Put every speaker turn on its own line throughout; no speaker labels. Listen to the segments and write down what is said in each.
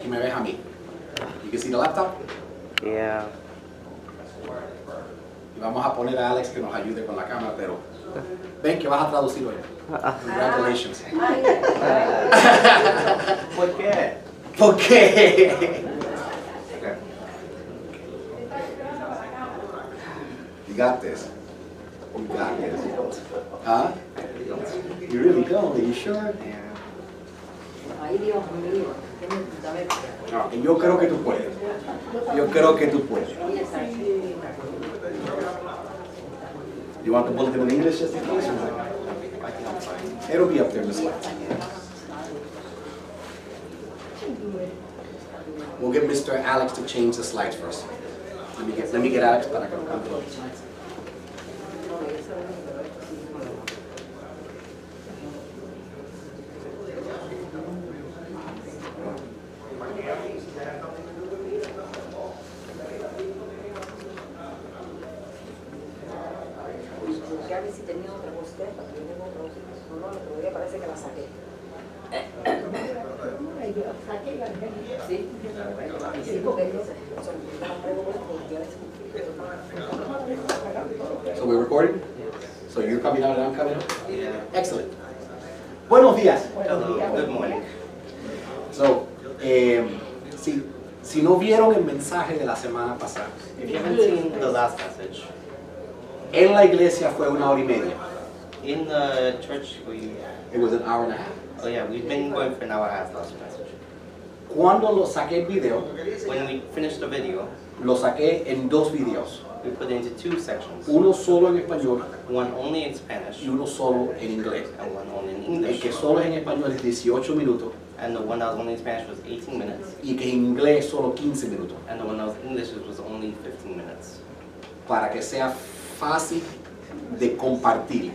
que me ves a mí. You can see the laptop.
Yeah.
Y vamos a poner a Alex que nos ayude con la cámara, pero ven que vas a traducir hoy. Congratulations.
¿Por qué?
¿Por qué? You got this. You got this. Huh? You really don't. Are you sure?
Ay, Dios mío, qué me- a ver,
No, yo creo que tú puedes. Yo creo que tú puedes.
voy a estar aquí.
You want the bulletin in English just in case? or not? It'll be up there in the slides. We'll get Mr. Alex to change the slides first. Let me get, let me get Alex para que lo cambie.
Busqué a ver si tenía otra voz, ¿eh? Porque yo tengo otra voz. No, no, la todavía parece que la saqué. Sí. Sí, porque ellos son- las traigo por las
So we're recording? So you're coming out and I'm coming out?
Yeah.
Excellent. Buenos días.
Hello, good morning.
So, eh, si, si no vieron el mensaje de la semana pasada,
If you haven't seen the last message,
en la iglesia fue una hora y media.
in the church we,
It was an hour and a half.
oh yeah, we've been going for an hour and a half last message.
Cuando lo saqué el video,
When we finished the video,
lo saqué en dos videos.
we put it into two sections,
Uno solo en español
one only in Spanish
y uno solo en inglés.
and one only in
El que
English.
solo es en español es 18 minutos
And the one that was only in Spanish was 18 minutes,
y que en inglés es solo 15 minutos.
and the one that was English was only 15 minutes.
Para que sea fácil de compartir.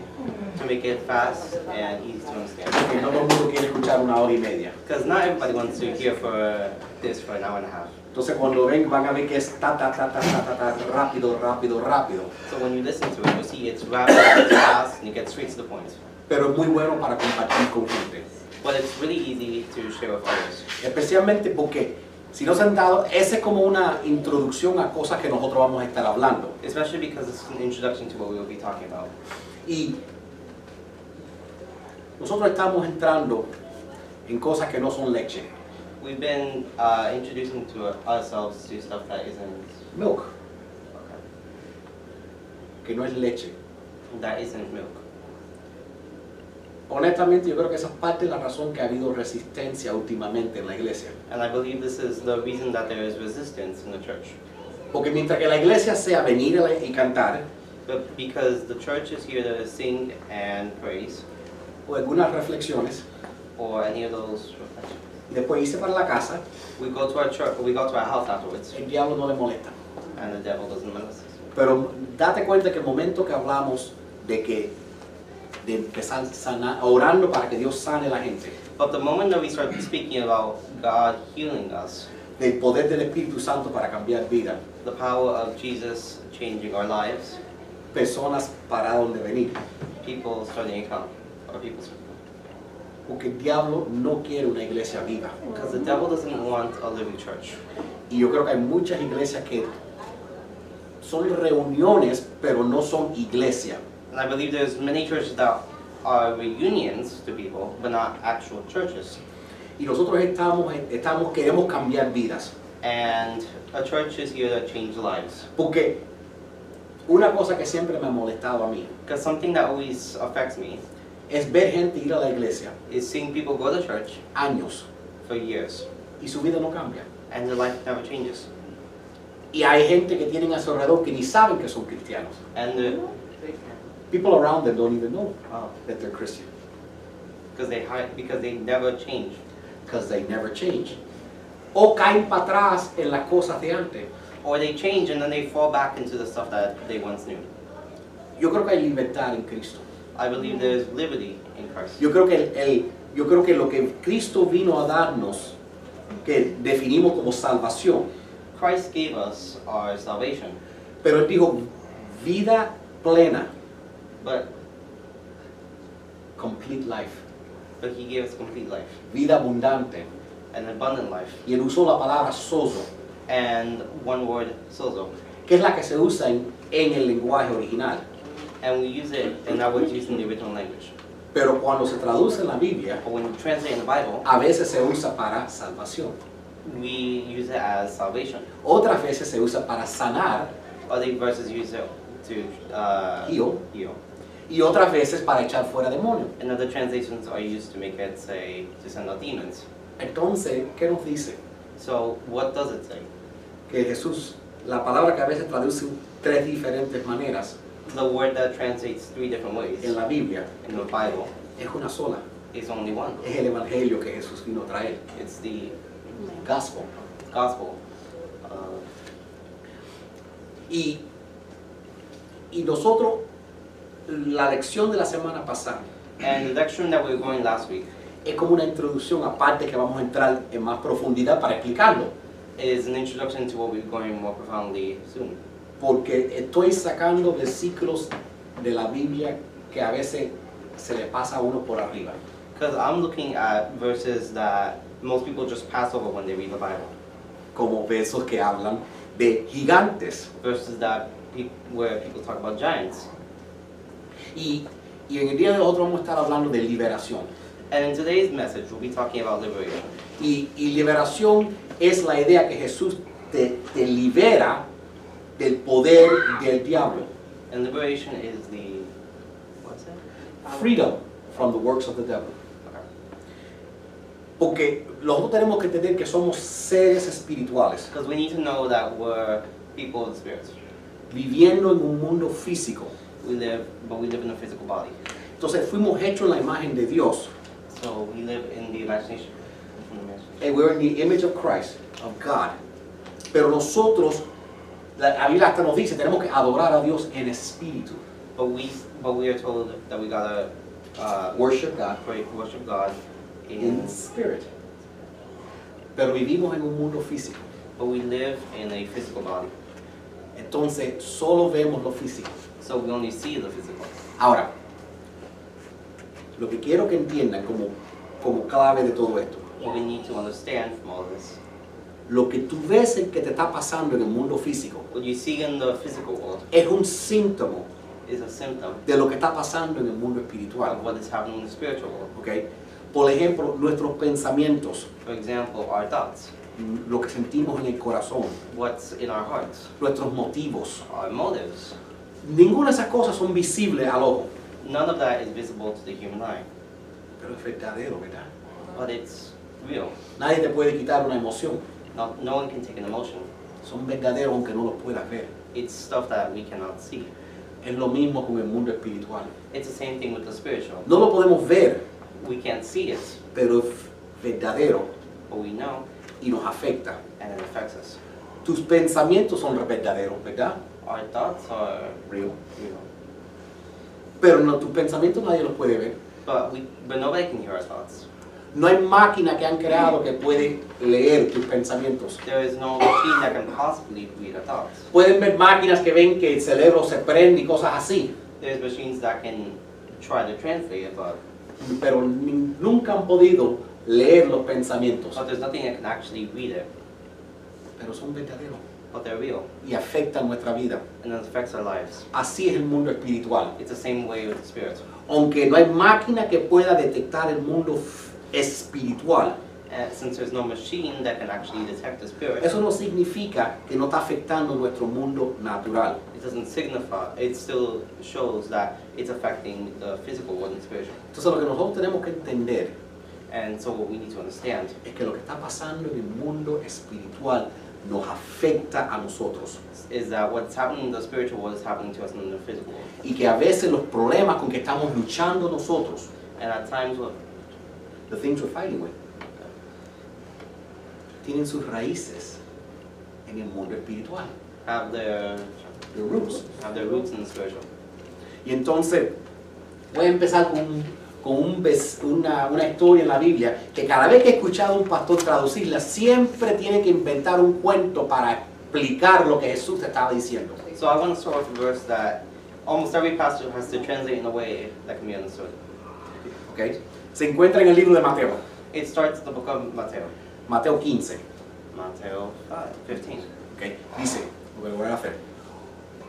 To make it fast and easy to
Que no
understand.
todo el mundo quiere escuchar una hora y media.
Because not everybody wants to hear for this for an hour and a half.
Entonces cuando ven van a ver que es ta ta ta ta ta ta, ta, rápido, rápido, rápido.
So when you listen to it, you see it's rapid, it's fast, and it gets straight to the point.
Pero es muy bueno para compartir con gente.
But it's really easy to share with others.
Especialmente porque si no se han dado, esa es como una introducción a cosas que nosotros vamos a estar hablando.
Especially because it's an introduction to what we will be talking about.
Y nosotros estamos entrando en cosas que no son leche.
We've been uh, introducing to ourselves to stuff that isn't
Milk, que no es leche.
that isn't milk.
Honestamente, yo creo que esa es parte de la razón que ha habido resistencia últimamente en la iglesia.
And I believe this is the reason that there is resistance in the church.
Porque mientras que la iglesia sea venir a la- y cantar,
But because the church is here to sing and praise,
o pues algunas reflexiones,
or any of those reflections,
y después irse para la casa,
we go to our church, we go to our house afterwards,
el diablo no le molesta.
and the devil doesn't molest us.
Pero date cuenta que el momento que hablamos de que de empezar sana- orando para que Dios sane a la gente,
But the moment that we start speaking about God healing us,
del poder del Espíritu Santo para cambiar vida,
the power of Jesus changing our lives,
personas para donde venir,
people starting to come, or people.
porque el diablo no quiere una iglesia viva.
Because the devil doesn't want a living church.
Y yo creo que hay muchas iglesias que son reuniones, pero no son iglesia.
And I believe there's many churches that are reunions to people, but not actual churches.
Y nosotros estamos, estamos queremos cambiar vidas.
And a church is here to change lives.
Porque una cosa que siempre me ha molestado a mí
Because something that always affects me
es ver gente ir a la iglesia
is seeing people go to church
años
for years,
y su vida no cambia.
and their life never changes.
Y hay gente que tienen a su alrededor que ni saben que son cristianos.
And the,
People around them don't even know
oh,
that they're Christian
because they hide, because they never change.
because they never change. O caen para atrás en las cosas de antes.
Or they change and then they fall back into the stuff that they once knew.
Yo creo que hay libertad en Cristo.
I believe there's liberty in Christ.
Yo creo que, el- el- yo creo que lo que Cristo vino a darnos, que definimos como salvación,
Christ gave us our salvation,
pero Él dijo vida plena,
but
complete life,
but He gave us complete life,
vida abundante,
an abundant life.
Y él usó la palabra sozo,
And one word, sozo.
que es la que se usa en, en el lenguaje original.
And we use it in our used in the original language.
Pero cuando se traduce en la Biblia,
But when you translate in the Bible,
a veces se usa para salvación.
we use it as salvation.
Otras veces se usa para sanar
Other verses use it to uh,
Heal.
heal.
y otras veces para echar fuera demonios.
And other translations are used to make it say to send out demons.
Entonces, ¿qué nos dice?
So what does it say?
Que Jesús, la palabra que a veces traduce tres diferentes maneras
The word that translates three different ways
en la Biblia,
in the Bible
es una sola.
is only one.
Es el evangelio que Jesús vino a traer.
It's the
Gospel.
gospel. Uh,
Y, y nosotros, la lección de la semana pasada
and the lecture that we were going last week
es como una introducción aparte que vamos a entrar en más profundidad para explicarlo.
is an introduction to what we're going more profoundly soon.
Porque estoy sacando versículos de la Biblia que a veces se le pasa a uno por arriba.
Because I'm looking at verses that most people just pass over when they read the Bible.
Como versos que hablan de gigantes.
Verses that pe- where people talk about giants.
Y, y en el día de nosotros vamos a estar hablando de liberación.
And in today's message, we'll be talking about liberation.
Y, y liberación es la idea que Jesús te, te libera del poder del diablo.
And liberation is the what's that?
Freedom from the works of the devil.
Okay.
Porque nosotros tenemos que entender que somos seres espirituales,
Because we need to know that we're people of the spirit.
viviendo en un mundo físico.
We live, but we live in a physical body.
Entonces fuimos hechos en la imagen de Dios.
So we live in the imagination. From the imagination.
And we're in the image of Christ, of God. Pero nosotros, la la Biblia hasta nos dice, tenemos que adorar a Dios en espíritu.
But we, but we are told that we gotta uh,
Worship God
pray- worship God in.
in spirit. Pero vivimos en un mundo físico.
But we live in a physical body,
Entonces solo vemos lo físico.
so we only see the physical.
Ahora, lo que quiero que entiendan como, como clave de todo esto,
What we need to understand from all this,
lo que tú ves en que te está pasando en el mundo físico
what you see in the physical world
es un síntoma
is a symptom
de lo que está pasando en el mundo espiritual.
of what is happening in the spiritual world.
¿ok? Por ejemplo, nuestros pensamientos,
For example, our thoughts,
mm, lo que sentimos en el corazón,
what's in our hearts,
nuestros motivos.
our motives.
Ninguna de esas cosas son visibles al ojo,
None of that is visible to the human eye,
pero es verdadero, ¿verdad?
but it's real.
Nadie te puede quitar una emoción.
No, no one can take an emotion.
Son verdaderos aunque no los puedas ver.
It's stuff that we cannot see.
Es lo mismo con el mundo espiritual.
It's the same thing with the spiritual.
No lo podemos ver,
We can't see it,
pero es verdadero
but we know,
y nos afecta.
and it affects us.
Tus pensamientos son verdaderos, ¿verdad?
Our thoughts are
Real.
real.
Pero no, tus pensamientos nadie los puede ver.
But we, but nobody can hear our thoughts.
No hay máquina que han creado que puede leer tus pensamientos.
There is no machine that can possibly read our thoughts.
Pueden ver máquinas que ven que el cerebro se prende y cosas así,
There's machines that can try to translate it, but,
pero ni- nunca han podido leer los pensamientos.
but there's nothing that can actually read it.
Pero son verdaderos
But they're real,
y afectan nuestra vida.
and it affects our lives.
Así es el mundo espiritual.
It's the same way with the spirit.
Aunque no hay máquina que pueda detectar el mundo f- espiritual,
And since there's no machine that can actually detect the spirit,
eso no significa que no está afectando nuestro mundo natural.
it doesn't signify. It still shows that it's affecting the physical world and spiritual.
Entonces lo que nosotros tenemos que entender
And so what we need to understand
es que lo que está pasando en el mundo espiritual nos afecta a nosotros.
is that what's happening in the spiritual world is happening to us in the physical world.
y que a veces los problemas con que estamos luchando nosotros,
And at times, what
the things we're fighting with, tienen sus raíces en el mundo espiritual,
have their
the roots.
have their roots in the spiritual.
Y entonces, voy a empezar con, un- con un ves- una, una historia en la Biblia que cada vez que he escuchado a un pastor traducirla, siempre tiene que inventar un cuento para explicar lo que Jesús te estaba diciendo.
So I want to start with a verse that almost every pastor has to translate in a way that can be understood.
¿ok? Se encuentra en el libro de Mateo.
It starts in the book of Matthew,
Mateo 15.
Mateo 5, 15.
¿ok? Dice, lo voy a hacer.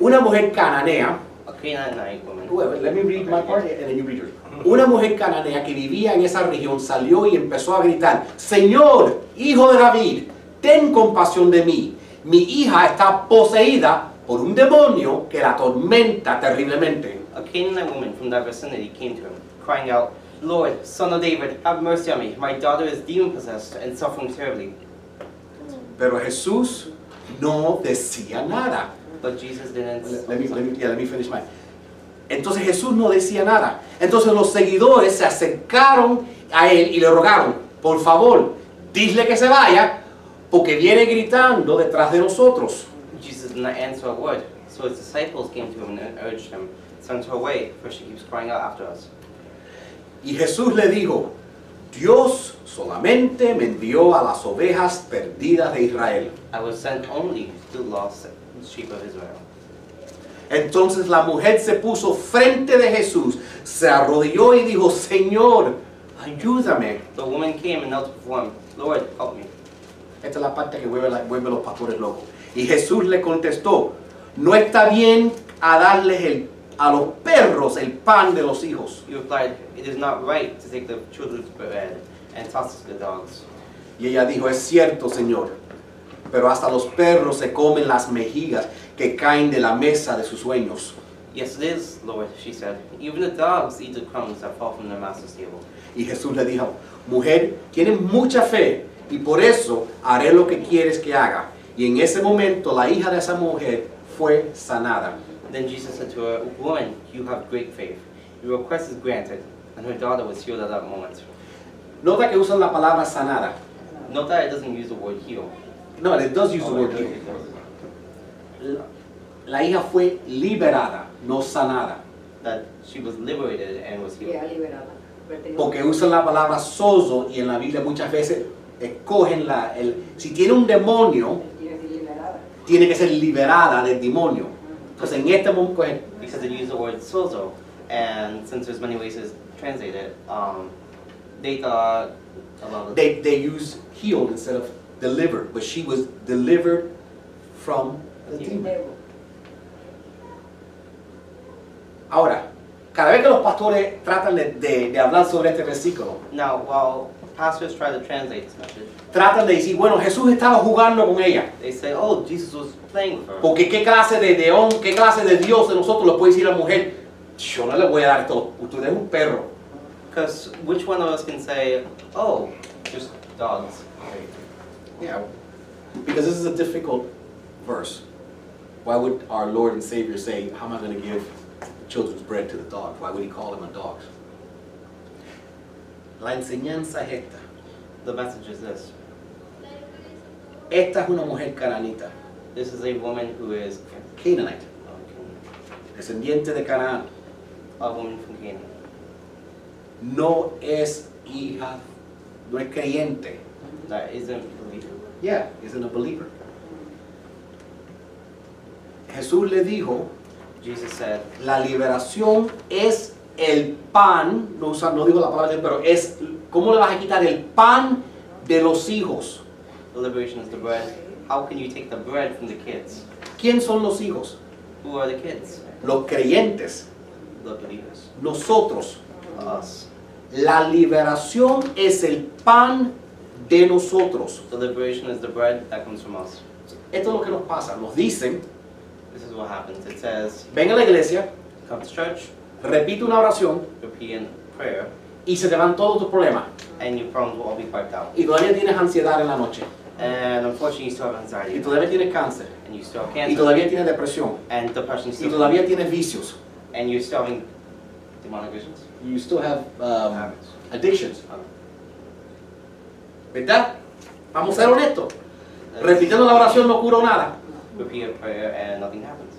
Una mujer cananea,
A Canaanite woman.
Wait, wait, let me read my part and then you read yours. Una mujer cananea que vivía en esa región salió y empezó a gritar, Señor, hijo de David, ten compasión de mí. Mi hija está poseída por un demonio que la atormenta terriblemente.
A Canaanite woman from that vicinity came to him, crying out, Lord, son of David, have mercy on me. My daughter is demon possessed and suffering terribly.
Pero Jesús no decía nada.
But Jesus didn't.
Let me- let me- yeah, let me finish mine. Entonces Jesús no decía nada. Entonces los seguidores se acercaron a él y le rogaron, por favor, dile que se vaya, porque viene gritando detrás de nosotros.
Jesus did not answer a word. So his disciples came to him and urged him, Send her away, for she keeps crying out after us.
Y Jesús le dijo, Dios solamente me envió a las ovejas perdidas de Israel.
I was sent only to the lost sheep of Israel.
Entonces la mujer se puso frente de Jesús, se arrodilló y dijo, Señor, ayúdame.
The woman came and knelt before him, Lord, help me.
Esta es la parte que vuelve, la- vuelve los pastores locos. Y Jesús le contestó, no está bien a darles el- a los perros el pan de los hijos.
He replied, It is not right to take the children's bread and toss it to the dogs.
Y ella dijo, es cierto, Señor, pero hasta los perros se comen las mejigas que caen de la mesa de sus sueños.
Yes, it is, Lord, she said. Even the dogs eat the crumbs that fall from their master's table.
Y Jesús le dijo, mujer, tienes mucha fe y por eso haré lo que quieres que haga. Y en ese momento la hija de esa mujer fue sanada.
Then Jesus said to her, Woman, you have great faith. Your request is granted. And her daughter was healed at that moment.
Nota que usan la palabra sanada.
Note that it doesn't use the word heal.
No, it does use the
Oh,
word
it
heal.
does- it does.
la, la hija fue liberada, no sanada,
That she was liberated and was
que era
healed.
liberada. pero tenía-
porque usan la palabra sozo y en la Biblia muchas veces escogen la, el, si tiene un demonio,
Tiene que ser liberada.
tiene que ser liberada del demonio. Entonces en este momento, pues,
Because it used the word sozo. And since there's many ways to translate it, um, they thought about
they, they use healed instead of delivered, but she was delivered from the
Sin
demon.
debo.
Ahora, cada vez que los pastores tratan de- de- de hablar sobre este versículo,
Now, while pastors try to translate this message,
tratan de decir, bueno, Jesús estaba jugando con ella.
they say, oh, Jesus was playing with her.
Porque qué clase de deón, qué clase de Dios de nosotros le puede decir a la mujer, yo no le voy a dar todo, usted es un perro.
Because which one of us can say, oh, just dogs?
Yeah. Because this is a difficult verse. Why would our Lord and Savior say, how am I going to give children's bread to the dog? Why would he call them a dog? La enseñanza es esta.
The message is this.
Esta es una mujer cananita,
This is a woman who is
Canaanite,
um,
descendiente de Canaán.
a woman from Canaan.
No es hija, no es creyente.
That isn't believed.
Yeah, isn't a believer. Jesús le dijo,
Jesus said,
la liberación es el pan, no, usa- no digo la palabra, pero es, ¿cómo le vas a quitar el pan de los hijos?
the liberation is the bread. How can you take the bread from the kids?
¿Quién son los hijos?
Who are the kids?
Los creyentes,
The believers.
nosotros.
Us.
La liberación es el pan de nosotros.
The liberation is the bread that comes from us.
Esto es lo que nos pasa. Nos dicen,
This is what happens. It says,
ven a la iglesia,
come to church,
repite una oración
repeat in prayer,
y se te van todos tus problemas.
and your problems will all be wiped out.
Y todavía tienes ansiedad en la noche.
And unfortunately, you still have
Y
anxiety.
todavía tienes cáncer.
And you still have
Y
cancer.
todavía tienes depresión.
And depression is
Y
still
todavía tienes vicios.
And you're still having demonic visions?
You still have um,
Habits.
addictions.
Ah.
¿Verdad? Vamos a ser honestos.
That's-
Repitiendo la oración no curo nada.
Repeat a prayer and nothing happens.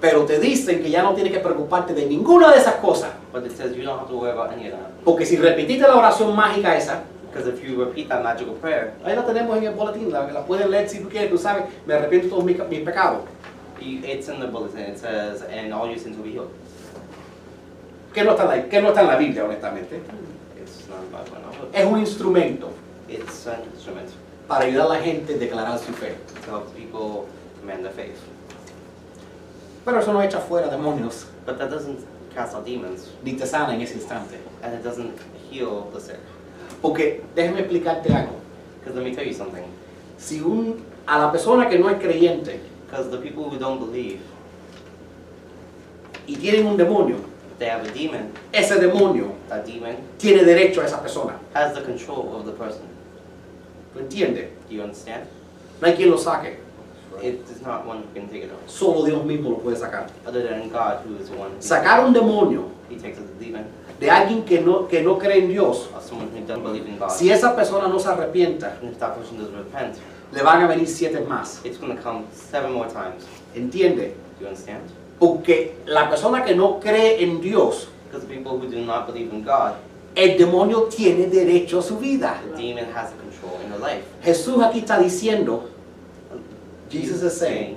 Pero te dicen que ya no tienes que preocuparte de ninguna de esas cosas.
But it says you don't have to worry about any of that.
Porque si repetiste la oración mágica esa,
Because if you repeat that magical prayer,
ahí la tenemos en el boletín, la, la puedes leer si tú quieres, tú sabes, me arrepiento de todos mis, mis pecados.
you, it's in the bulletin. It says, and all your sins will be healed.
Que no, está en la, que no está en la Biblia, honestamente.
It's not a bad one. I'll put
es un instrumento
It's an instrument
para ayudar a la gente a declarar su fe.
to help people mend their faith.
Pero eso no echa fuera demonios,
But that doesn't cast out demons,
ni te sana en ese instante.
and it doesn't heal the sick.
Porque déjame explicarte algo.
Because let me tell you something.
Si un, a la persona que no es creyente
Because the people who don't believe,
y tienen un demonio,
they have a demon.
ese demonio
That demon
tiene derecho a esa persona.
has the control of the person.
¿Lo entiendes?
Do you understand?
No hay quien lo saque.
It is not one who can take it out.
Solo Dios mismo lo puede sacar.
Other than God, who is the one who
Sacar un demonio
he takes out the demon,
de alguien que no, que no cree en Dios,
or someone who doesn't believe in God.
si esa persona no se arrepienta,
And if that person doesn't repent,
le van a venir siete más.
it's going to come seven more times.
¿Entiende?
Do you understand?
Porque la persona que no cree en Dios,
Because people who do not believe in God,
el demonio tiene derecho a su vida.
the demon has the control in their life.
Jesús aquí está diciendo, Jesus is saying,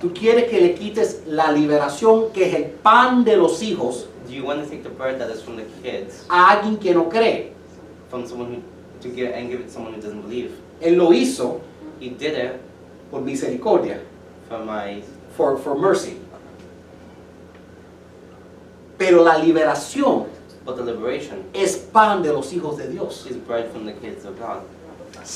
tú quieres que le quites la liberación que es el pan de los hijos
Do you want to take the bread that is from the kids,
a alguien que no cree.
from someone who to get and give it to someone who doesn't believe?
Él lo hizo
He did it
por misericordia,
for my
for, for mercy. Pero la liberación
but the liberation
es pan de los hijos de Dios.
is bread from the kids of God.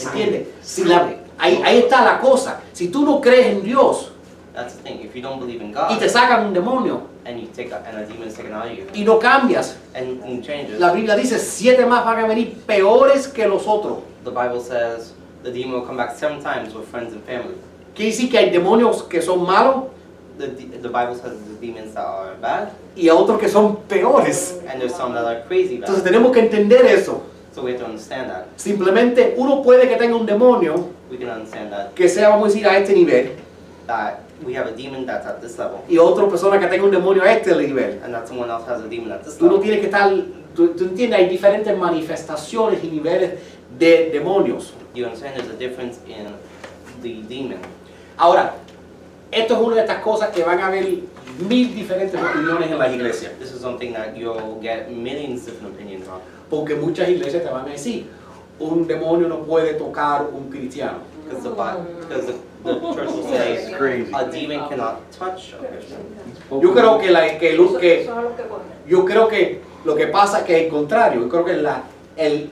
¿Entiendes? Si la- ahí, ahí está la cosa. Si tú no crees en Dios
That's the thing. If you don't believe in
y
God
te sacan un demonio
and you take a, and a demon is taken out of you
y no cambias,
and, and changes,
la Biblia dice siete más van a venir peores que los otros.
the Bible says the demon will come back seven times with friends and family.
Quiere decir que hay demonios que son malos
The, de- the Bible says the demons that are bad
y a otros que son peores.
and there's some that are crazy
Entonces
bad.
tenemos que entender eso.
So we have to understand that.
Simplemente uno puede que tenga un demonio
We can understand that
que sea, vamos a decir, a este nivel
that we have a demon that's at this level
y otra persona que tenga un demonio a este nivel.
and that someone else has a demon at this
Tú no
level.
tienes que estar, tú, tú entiendes, hay diferentes manifestaciones y niveles de demonios.
You understand there's a difference in the demon.
Ahora, esto es una de estas cosas que van a haber mil diferentes opiniones en las iglesias.
This is something that you'll get millions of different opinions on.
Porque muchas iglesias te van a decir, un demonio no puede tocar un cristiano.
Because the, Bi- because the, the church will say
It's crazy.
a demon cannot touch a Christian.
Yo creo que, la, que, lo, que
Son los que corren.
Yo creo que lo que pasa es que es el contrario. Yo creo que, la, el,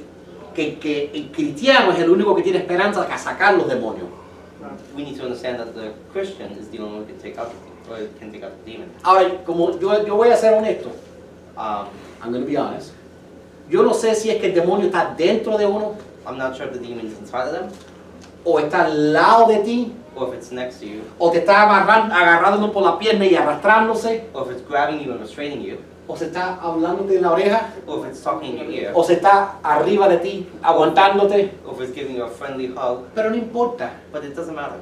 que, que el cristiano es el único que tiene esperanza de sacar los demonios.
We need to understand that the Christian is the only one who can take out the, or can take out the demon.
Ahora, como yo, yo voy a ser honesto,
Um,
I'm gonna be honest. Yo no sé si es que el demonio está dentro de uno
I'm not sure if the demon's inside of them
o está al lado de ti
or if it's next to you
o te está agarran- agarrando por la pierna y arrastrándose
or if it's grabbing you and restraining you
o se está hablando de la oreja
or if it's talking in your ear
o se está arriba de ti aguantándote.
or if it's giving you a friendly hug.
Pero no importa.
But it doesn't matter.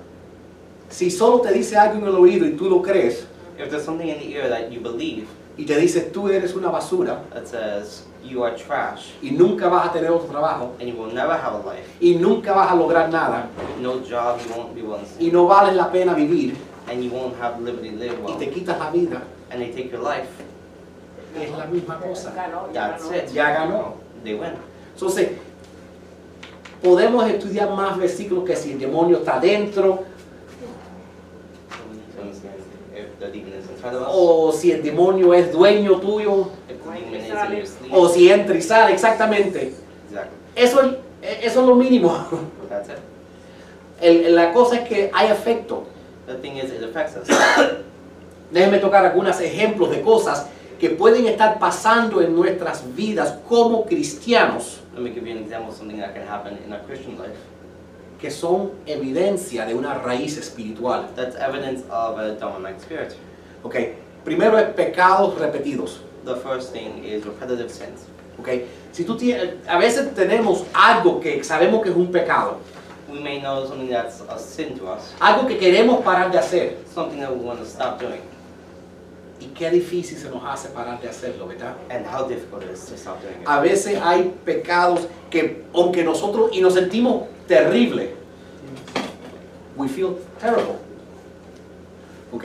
Si solo te dice algo en el oído y tú lo crees
If there's something in the ear that you believe
y te dice tú eres una basura,
that says you are trash
y nunca vas a tener otro trabajo
and you will never have a life,
y nunca vas a lograr nada
no job, you won't be well,
y no vales la pena vivir
and you won't have liberty to live
y
well,
te quitas la vida,
and they take your life.
es la misma cosa.
Ganó, ya
That's
ganó.
it.
Ya ganó.
They win.
Entonces, podemos estudiar más versículos que si el demonio está dentro
So understand if the demon is inside of us,
o si el demonio es dueño tuyo
if the demon is in your sleep,
o si entra y sale, exactamente.
exactly.
Eso, es- eso es lo mínimo.
But that's it.
El- la cosa es que hay afecto.
The thing is, it affects us.
Déjenme tocar algunos ejemplos de cosas que pueden estar pasando en nuestras vidas como cristianos.
Let me give you an example of something that can happen in our Christian life.
que son evidencia de una raíz espiritual.
That's evidence of a demonic spirit.
¿ok? Primero es pecados repetidos.
The first thing is repetitive sins.
¿ok? Si tú tie- a veces tenemos algo que sabemos que es un pecado,
We may know something that's a sin to us,
algo que queremos parar de hacer.
something that we want to stop doing,
Y qué difícil se nos hace parar de hacerlo, ¿verdad?
and how difficult it is to stop doing it.
A veces hay pecados que, aunque nosotros, y nos sentimos terrible, we feel terrible. ¿Ok?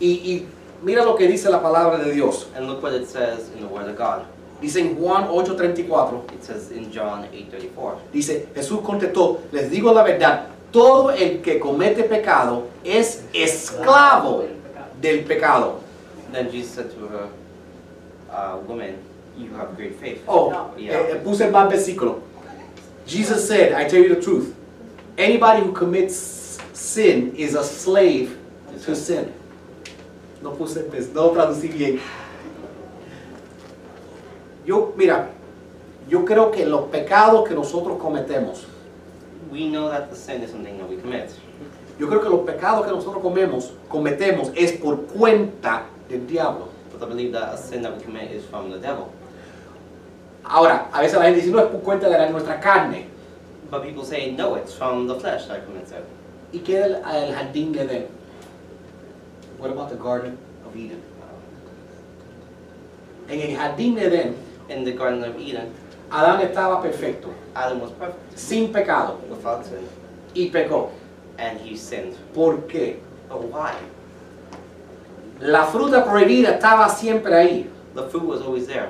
Y, y mira lo que dice la palabra de Dios.
And look what it says in the Word of God.
Dice en Juan 8:34,
It says in John 8:34.
dice, Jesús contestó, les digo la verdad, todo el que comete pecado es esclavo del pecado.
Then Jesus said to her, uh, "Woman, you have great faith."
Oh, eh, eh, puse el mal versículo. Jesus said, I tell you the truth, anybody who commits sin is a slave to sin. No puse, pues, no traducí bien. Yo, mira, yo creo que los pecados que nosotros cometemos,
We know that the sin is something that we commit.
yo creo que los pecados que nosotros comemos, cometemos es por cuenta del diablo.
But I believe that a sin that we commit is from the devil.
Ahora, a veces la gente dice, no, es por cuenta de la- nuestra carne.
But people say, no, it's from the flesh that commits it.
¿Y qué del el jardín de Edén? What about the Garden of Eden? En el jardín de Edén,
In the Garden of Eden,
Adán estaba perfecto,
Adam was perfect
sin pecado,
without sin,
y pecó.
and he sinned.
¿Por qué?
But why?
La fruta prohibida estaba siempre ahí.
The fruit was always there.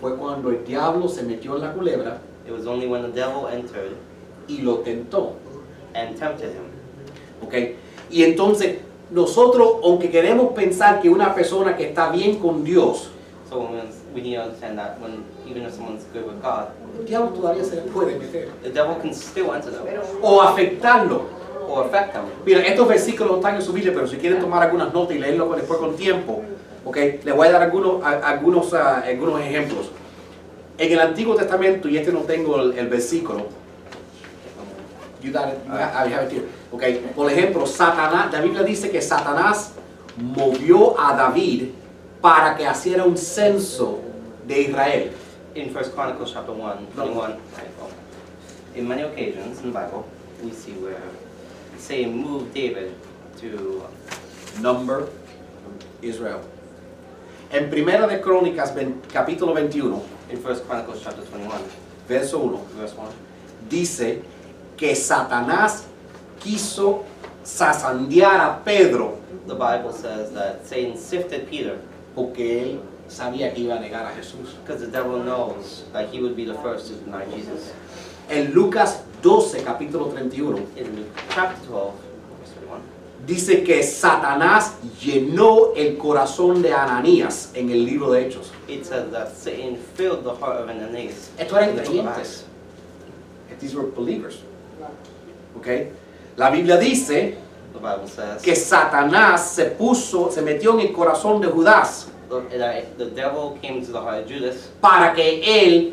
Fue cuando el diablo se metió en la culebra
It was only when the devil entered
y lo tentó.
and tempted him.
¿Ok? Y entonces, nosotros, aunque queremos pensar que una persona que está bien con Dios,
So when we need to understand that when even if someone's good with God,
el diablo todavía se le puede meter.
the devil can still enter them
O afectarlo.
or affect them.
Mira, estos versículos no están en su Biblia, pero si quieren tomar algunas notas y leerlo con- después con tiempo, ¿ok? Les voy a dar algunos, a- algunos, ah, algunos ejemplos. En el Antiguo Testamento, y este no tengo el, el versículo, you got it, you got- I have it here, ok. Por ejemplo, Satanás, la Biblia dice que Satanás movió a David para que hiciera un censo de Israel.
In First Chronicles chapter 1, 21, right, oh. in many occasions in the Bible, we see where say move David to
Number Israel. En Primera de Crónicas, ven- capítulo 21,
in First Chronicles chapter 21,
verso 1.
verse 1.
dice que Satanás quiso sasandear a Pedro
The Bible says that Satan sifted Peter
porque él sabía que iba a negar a Jesús.
because the devil knows that he would be the first to deny Jesus.
En Lucas 12, capítulo 31,
In Luke chapter 12, verse 21,
dice que Satanás llenó el corazón de Ananías en el libro de Hechos.
it says that Satan filled the heart of Ananias.
Esto eran
in the book of
creyentes.
Acts.
These were believers.
Claro.
Okay? La Biblia dice
The Bible says
que Satanás se puso, se metió en el corazón de Judas
the- that the devil came to the heart of Judas
para que él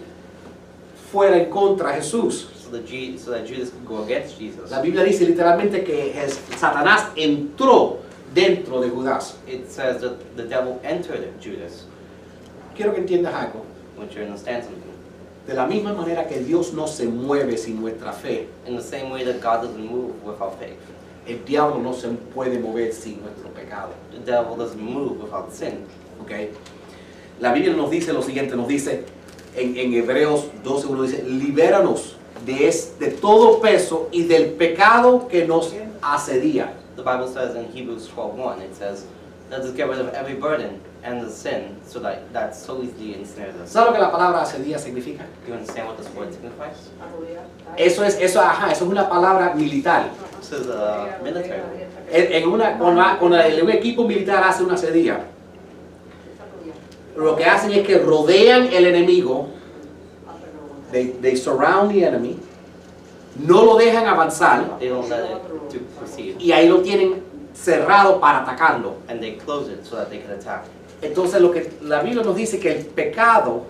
fuera en contra de Jesús.
so that, Ju- so that Judas could go against Jesus.
La Biblia dice literalmente que Jes- Satanás entró dentro de Judas.
It says that the devil entered Judas.
Quiero que entiendas algo.
Would you understand something?
De la misma manera que Dios no se mueve sin nuestra fe,
In the same way that God doesn't move without faith,
el diablo no se puede mover sin nuestro pecado.
the devil doesn't move without sin.
¿ok? La Biblia nos dice lo siguiente, nos dice en, en Hebreos 12, uno dice, libéranos de, es- de todo peso y del pecado que nos asedía.
The Bible says in Hebrews 12:1, it says, "Let us get rid of every burden and the sin, so that that so easily ensnares us."
¿Sabes lo que la palabra asedía significa?
Do you understand what this word signifies?
Arrodillar.
Eso es, eso, ajá, eso es una palabra militar.
This is a military. word.
En, en una, con, la- con la- un equipo militar hace una sedilla. Lo que hacen es que rodean el enemigo, they, they surround the enemy, no lo dejan avanzar
They don't let it to proceed,
y ahí lo tienen cerrado para atacarlo.
and they close it so that they can attack.
Entonces lo que la Biblia nos dice que el pecado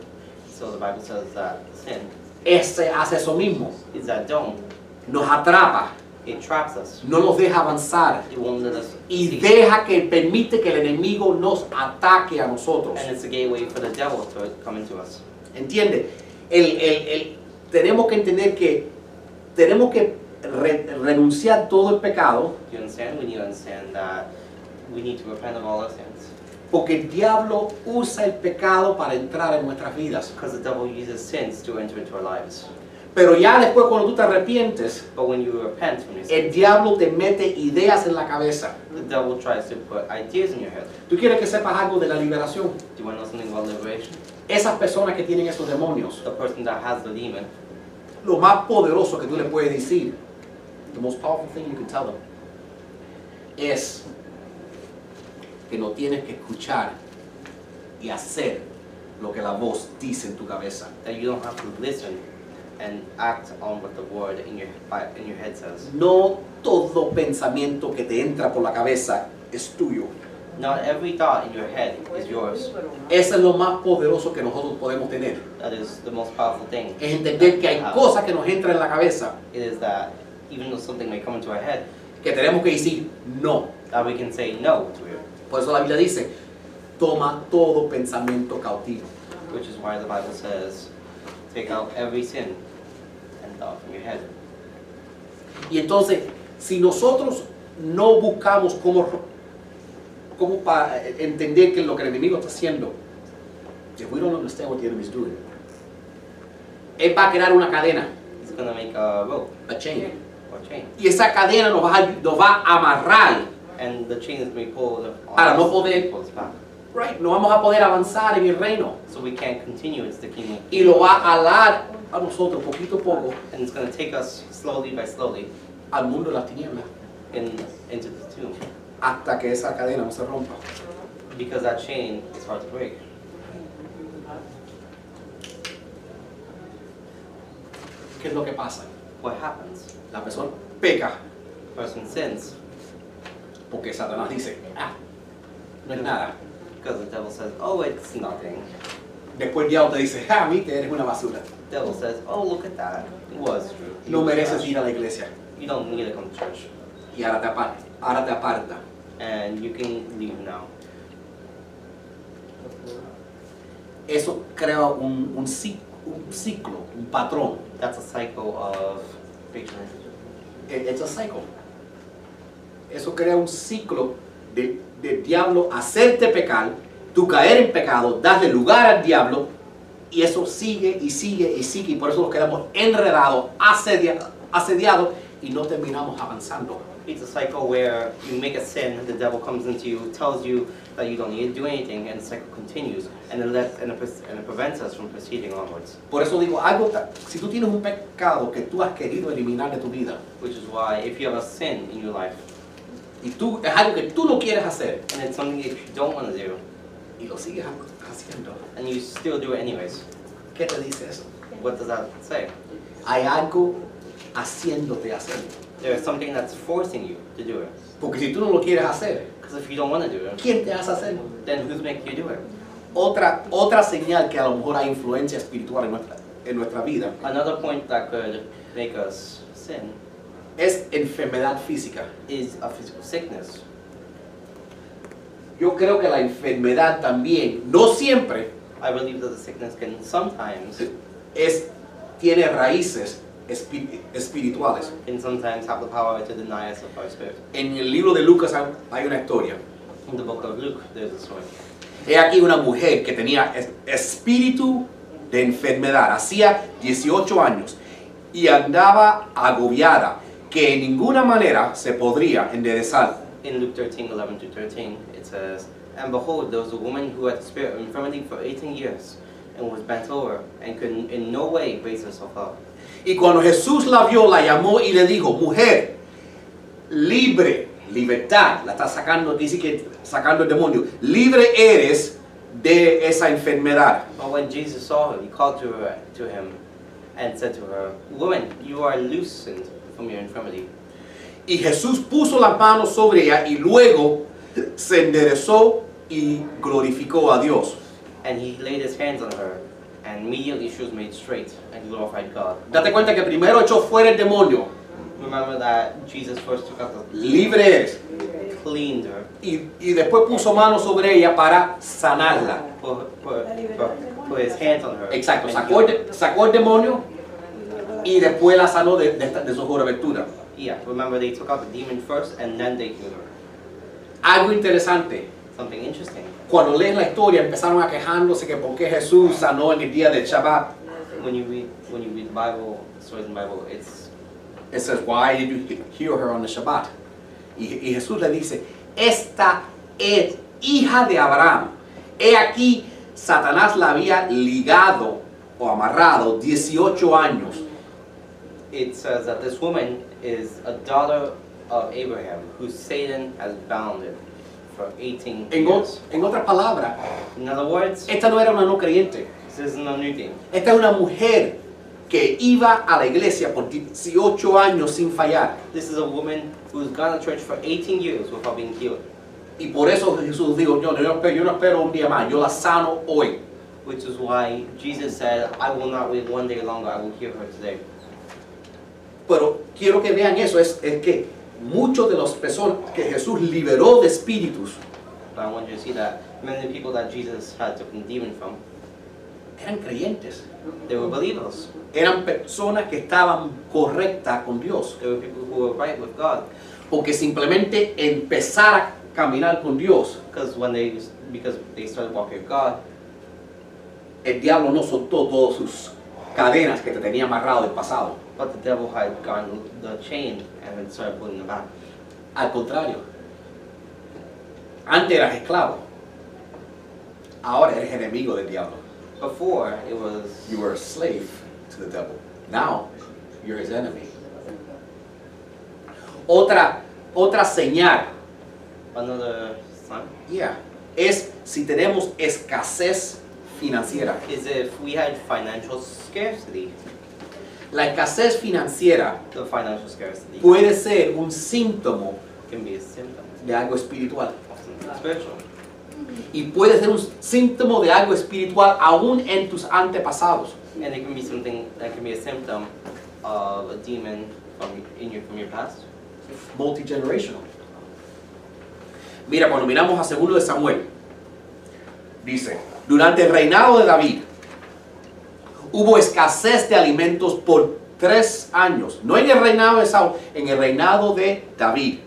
So the Bible says that sin
ese hace eso mismo,
is that dome.
nos atrapa,
It traps us.
no nos deja avanzar
It won't let us.
y
succeed.
deja que permite que el enemigo nos ataque a nosotros.
And it's a gateway for the devil to come into us.
¿Entiende? El- el- el- tenemos que entender que tenemos que re- renunciar todo el pecado
Do you understand? We need to understand that we need to repent of all our sins.
porque el diablo usa el pecado para entrar en nuestras vidas.
Because the devil uses sins to enter into our lives.
Pero ya después cuando tú te arrepientes,
But when you repent from your
el
sins,
diablo te mete ideas en la cabeza.
the devil tries to put ideas in your head.
¿Tú quieres que sepas algo de la liberación?
Do you want to know something about liberation?
Esas personas que tienen esos demonios,
the person that has the demon,
lo más poderoso que tú le puedes decir, the most powerful thing you can tell them, es que no tienes que escuchar y hacer lo que la voz dice en tu cabeza.
that you don't have to listen and act on what the word in your bi- in your head says.
No todo pensamiento que te entra por la cabeza es tuyo.
Not every thought in your head is yours.
Eso es lo más poderoso que nosotros podemos tener.
That is the most powerful thing.
Es entender que hay cosas que nos entran en la cabeza
It is that even though something may come into our head,
que tenemos que decir no.
that we can say no to it,
Por eso la Biblia dice, toma todo pensamiento cautivo.
which is why the Bible says, take out every sin and thought from your head.
Y entonces, si nosotros no buscamos cómo, cómo pa- eh, entender que lo que el enemigo está haciendo, if we don't understand what the enemy is doing, él va a crear una cadena,
It's gonna make a rope
a chain.
or chain,
Y esa cadena nos va a, nos va a amarrar,
and the chain is gonna be pulled on
Para Ah, no poder-
people's back.
right? No vamos a poder avanzar en el reino.
So we can't continue. It's the kingdom,
Y lo va a alar a nosotros poquito a poco
and it's gonna take us slowly by slowly
al mundo de las tinieblas
in into the tomb,
hasta que esa cadena no se rompa.
because that chain is hard to break.
¿Qué es lo que pasa?
What happens?
La persona peca
Person sins
porque Satanás dice, ah, no es nada.
because the devil says, "Oh, it's nothing."
Después el diablo te dice, ah, viste, eres una basura.
devil says, "Oh, look at that. It was true.
No mereces ir a la iglesia.
You don't need to come to church,
Y ahora te aparta. Ahora te aparta.
and you can leave now."
Eso crea un, un ci- un ciclo, un patrón.
That's a cycle of victory.
Eh, It's a cycle. Eso crea un ciclo de- del diablo hacerte pecar, tú caer en pecado, darle lugar al diablo, y eso sigue y sigue y sigue, y por eso nos quedamos enredados, asedia- asediados, y no terminamos avanzando.
It's a cycle where you make a sin, the devil comes into you, tells you that you don't need to do anything, and the cycle continues, and it lets and it, pres- and it prevents us from proceeding onwards.
Por eso digo, algo ta- si tú tienes un pecado que tú has querido eliminar de tu vida,
Which is why, if you have a sin in your life,
y tú, es algo que tú no quieres hacer,
and it's something that you don't want to do,
y lo sigues ha- haciendo,
and you still do it anyways,
¿qué te dice eso?
what does that say?
Hay algo haciéndote hacerlo.
There is something that's forcing you to do it.
Porque si tú no lo quieres hacer,
Because if you don't want to do it,
¿Quién te hace hacer?
then who's making you do it?
Otra, otra señal que a lo mejor hay influencia espiritual en nuestra, en nuestra vida
Another point that could make us sin
es enfermedad física.
is a physical sickness.
Yo creo que la enfermedad también, no siempre,
I believe that the sickness can sometimes
es, tiene raíces espi- espirituales.
can sometimes have the power to deny us of our spirit.
En el libro de Lucas hay- hay una historia.
In the book of Luke, there's a story.
He aquí una mujer que tenía es- espíritu de enfermedad, hacía 18 años, y andaba agobiada, que en ninguna manera se podría enderezar.
In Luke 13, 11 to 13, it says, And behold, there was a woman who had the spirit of infirmity for 18 years, and was bent over, and could in no way raise herself up.
Y cuando Jesús la vio, la llamó y le dijo, mujer, libre, libertad, la está sacando, dice que sacando el demonio, libre eres de esa enfermedad.
But when Jesus saw her, he called to her to him, and said to her, Woman, you are loosened from your infirmity.
Y Jesús puso las manos sobre ella y luego se enderezó y glorificó a Dios.
And he laid his hands on her, and immediately she was made straight and glorified God.
Date cuenta que primero echó fuera el demonio,
Remember that Jesus first took out the
libre eres.
cleaned her,
Y, y después puso manos sobre ella para sanarla.
put, put, put, put his hands on her.
Exacto,
and
sacó
healed
el, sacó el demonio y después la sanó de, de, esta- de su abertura.
her. Yeah, remember they took out the demon first and then they healed her.
Algo interesante.
Something interesting.
Cuando lees la historia empezaron a quejándose que por qué Jesús sanó en el día de Shabbat.
When you read when you read the Bible, stories in the Bible, it's
It says, why did you he- heal her on the Shabbat? Y, y Jesús le dice, esta es hija de Abraham. He aquí Satanás la había ligado o amarrado 18 años.
It says that this woman is a daughter of Abraham, who Satan has bounded for 18
En, o-
years.
en otras palabras,
In other words,
esta no era una no creyente,
this isn't a new thing.
esta es una mujer que iba a la iglesia por 18 años sin fallar.
This is a woman who's gone to church for 18 years without being healed,
Y por eso Jesús dijo, yo, no espero- yo no espero un día más, yo la sano hoy.
which is why Jesus said, I will not wait one day longer, I will heal her today.
Pero quiero que vean eso, es, es que muchos de los personas que Jesús liberó de espíritus
But I want you to see that many people that Jesus had to demon from,
eran creyentes,
they were believers.
eran personas que estaban correctas con Dios,
They were people who were right with God.
porque simplemente empezar a caminar con Dios,
Because when they because they started walking with God,
el diablo no soltó todas sus cadenas que te tenía amarrado del pasado.
but the devil had gotten the chain and then started pulling them back.
Al contrario, antes eras esclavo, ahora eres enemigo del diablo.
Before it was
You were a slave to the devil. Now you're his enemy. Otra, otra señal
another son.
yeah, es si tenemos escasez financiera.
Is if we had financial scarcity.
La escasez financiera
The financial scarcity
puede ser un síntoma
can be a symptom
de algo espiritual
of something spiritual.
y puede ser un síntoma de algo espiritual aún en tus antepasados.
And it can be something that can be a symptom of a demon from in your from your past.
multigenerational. Mira, cuando miramos a segundo de Samuel, dice, durante el reinado de David hubo escasez de alimentos por tres años, no en el reinado de Saúl, en el reinado de David.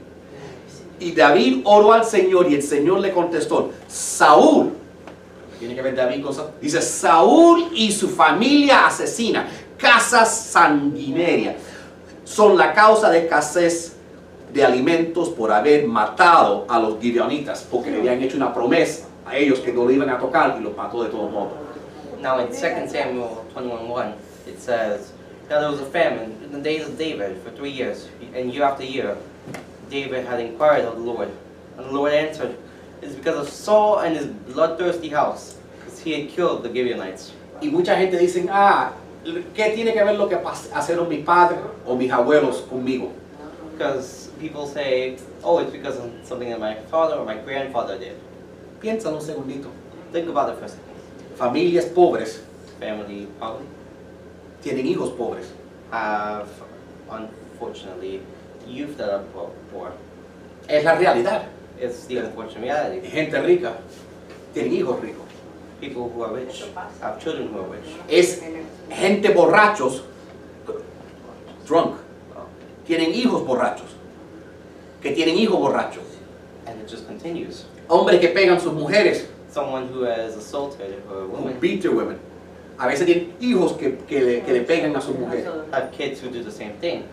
Y David oró al Señor y el Señor le contestó, Saúl, tiene que ver David con Saúl, dice, Saúl y su familia asesina, casa sanguinaria, son la causa de escasez de alimentos por haber matado a los gibeonitas, porque le habían hecho una promesa a ellos que no lo iban a tocar y los mató de todos modos.
Now in 2 Samuel 21:1, it says, Now there was a famine in the days of David for three years, and year after year, David had inquired of the Lord. And the Lord answered, It's because of Saul and his bloodthirsty house, because he had killed the Gibeonites.
Y mucha gente dice, ah, ¿qué tiene que ver lo que pas- hicieron mis padres o mis abuelos conmigo?
Because people say, Oh, it's because of something that my father or my grandfather did.
Piénsalo un segundito.
Think about it for a second.
Familias pobres
Family probably
tienen hijos pobres.
have, unfortunately, youth that are po- poor.
Es la realidad.
It's the unfortunate reality.
Gente rica tienen hijos ricos.
people who are rich have children who are rich.
Es gente borrachos, drunk, tienen hijos borrachos, que tienen hijos borrachos.
And it just continues.
Hombres que pegan sus mujeres
Someone who has assaulted or a
who
woman
beat their women. A veces tienen hijos que, que le, que le pegan a su mujer.
have kids who do the same thing.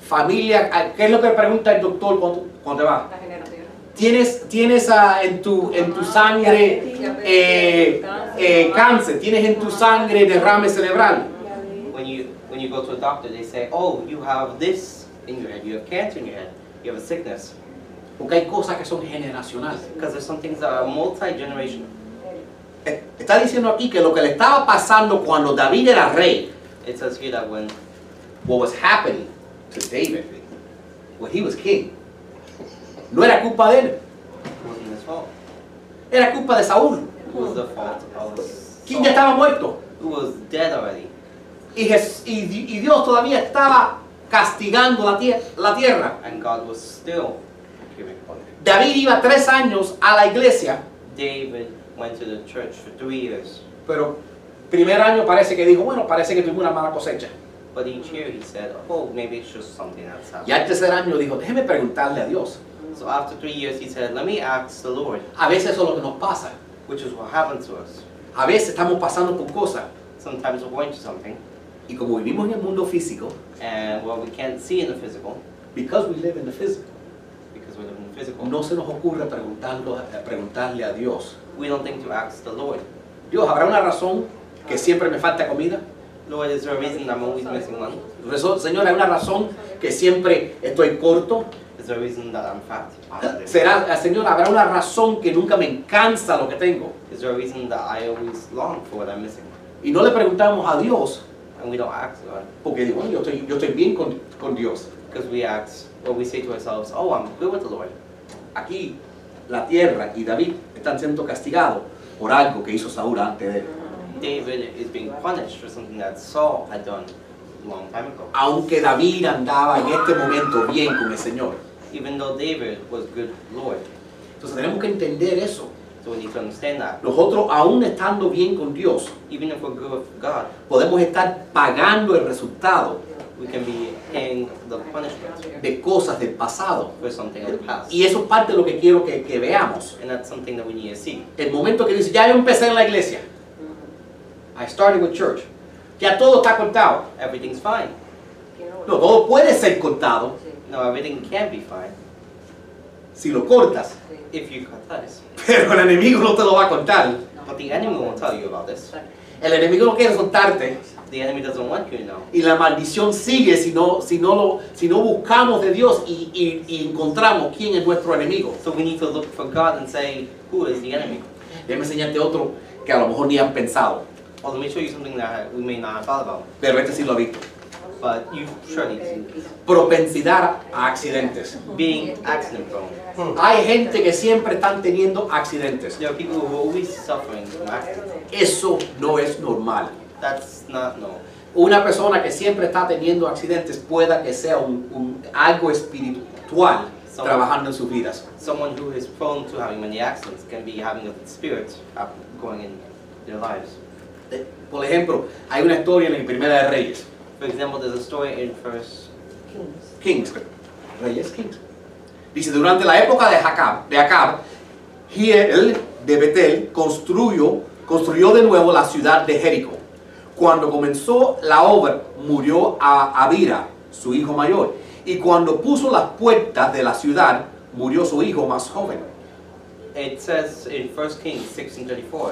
Familia, ah, ¿qué es lo que pregunta el doctor cuando, cuando te va?
Esta generación.
¿Tienes, tienes ah, en, tu, en tu sangre eh, eh, cáncer? ¿Tienes en tu sangre derrame cerebral?
When you when you go to a doctor, they say, "Oh, you have this in your head. You have cancer in your head. You have a sickness."
Porque hay cosas que son generacionales.
Because there's some things that are multi-generational.
Eh, Está diciendo aquí que lo que le estaba pasando cuando David era rey,
It says here that when
what was happening to David when he was king, no era culpa de él,
it wasn't his fault.
era culpa de Saúl,
It was the fault of
quien ya
Saul,
estaba muerto.
who was dead already.
Y, Jes- y Di- y Dios todavía estaba castigando la, tie- la tierra.
And God was still giving.
David iba tres años a la iglesia,
David went to the church for three years,
pero primer año parece que dijo, bueno, parece que tuvo una mala cosecha.
but each year he said, "Oh, maybe it's just something that's happened."
Y al tercer año dijo, déjeme preguntarle a Dios.
So after three years, he said, Let me ask the Lord,
A veces eso es lo que nos pasa.
which is what happened to us.
A veces estamos pasando por cosas
Sometimes we're going through something,
y como vivimos en el mundo físico,
and what we can't see in the physical,
because we live in the physical,
because we live in the physical,
no se nos ocurre preguntarlo- preguntarle a Dios
we don't think to ask the Lord.
Dios, ¿habrá una razón que siempre me falta comida?
Lord, is there a reason I'm always missing money?
Rezo- Señor, ¿hay una razón que siempre estoy corto?
Is there a reason that I'm fat?
¿Será, eh, Señor, habrá una razón que nunca me alcanza lo que tengo?
Is there a reason that I always long for what I'm missing?
Y no le preguntamos a Dios,
And we don't ask God
porque digo, "Bueno, yo estoy, yo estoy bien con, con Dios.
because we ask or we say to ourselves, oh, I'm good with the Lord.
Aquí, la tierra y David están siendo castigados por algo que hizo Saúl antes de él.
David is being punished for something that Saul had done a long time ago.
Aunque David andaba en este momento bien con el Señor.
Even though David was good Lord.
Entonces tenemos que entender eso.
So we need to understand that.
Nosotros, aún estando bien con Dios,
Even if we're good with God,
podemos estar pagando el resultado
we can be paying the punishment
de cosas del pasado.
for something of the past.
Y eso es parte de lo que quiero que, que veamos.
And that's something that we need to see.
El momento que dice, ya yo empecé en la iglesia. I started with church. Ya todo está contado.
Everything's fine.
No, todo puede ser contado
No, everything can be fine
si lo cortas.
if you cut ties.
Pero el enemigo no te lo va a contar.
But the enemy won't tell you about this.
El enemigo no quiere contarte.
The enemy doesn't want you to know.
Y la maldición sigue si no, si no, lo, si no buscamos de Dios y, y- y encontramos quién es nuestro enemigo.
So we need to look for God and say, who is the enemy?
Déjame enseñarte otro que a lo mejor ni han pensado.
Well, let me show you something that we may not have thought about,
Pero este sí lo ha visto.
but you've surely seen this.
Propensidad a accidentes.
Being accident prone.
Hay gente que siempre están teniendo accidentes.
There are people who are always suffering from accidents.
Eso no es normal.
That's not normal.
Una persona que siempre está teniendo accidentes pueda que sea un, un- algo espiritual
Somos-
trabajando en sus vidas.
Someone who is prone to having many accidents can be having a spirit up- going in their lives.
Eh, Por ejemplo, hay una historia en la Primera de Reyes.
For example, there's a story in First
Kings. Reyes Kings. Dice, durante la época de Jacob, de Acab, Hiel de Betel construyó, construyó de nuevo la ciudad de Jericó. Cuando comenzó la obra, murió a Abira, su hijo mayor. Y cuando puso las puertas de la ciudad, murió su hijo más joven.
It says in First Kings 1634,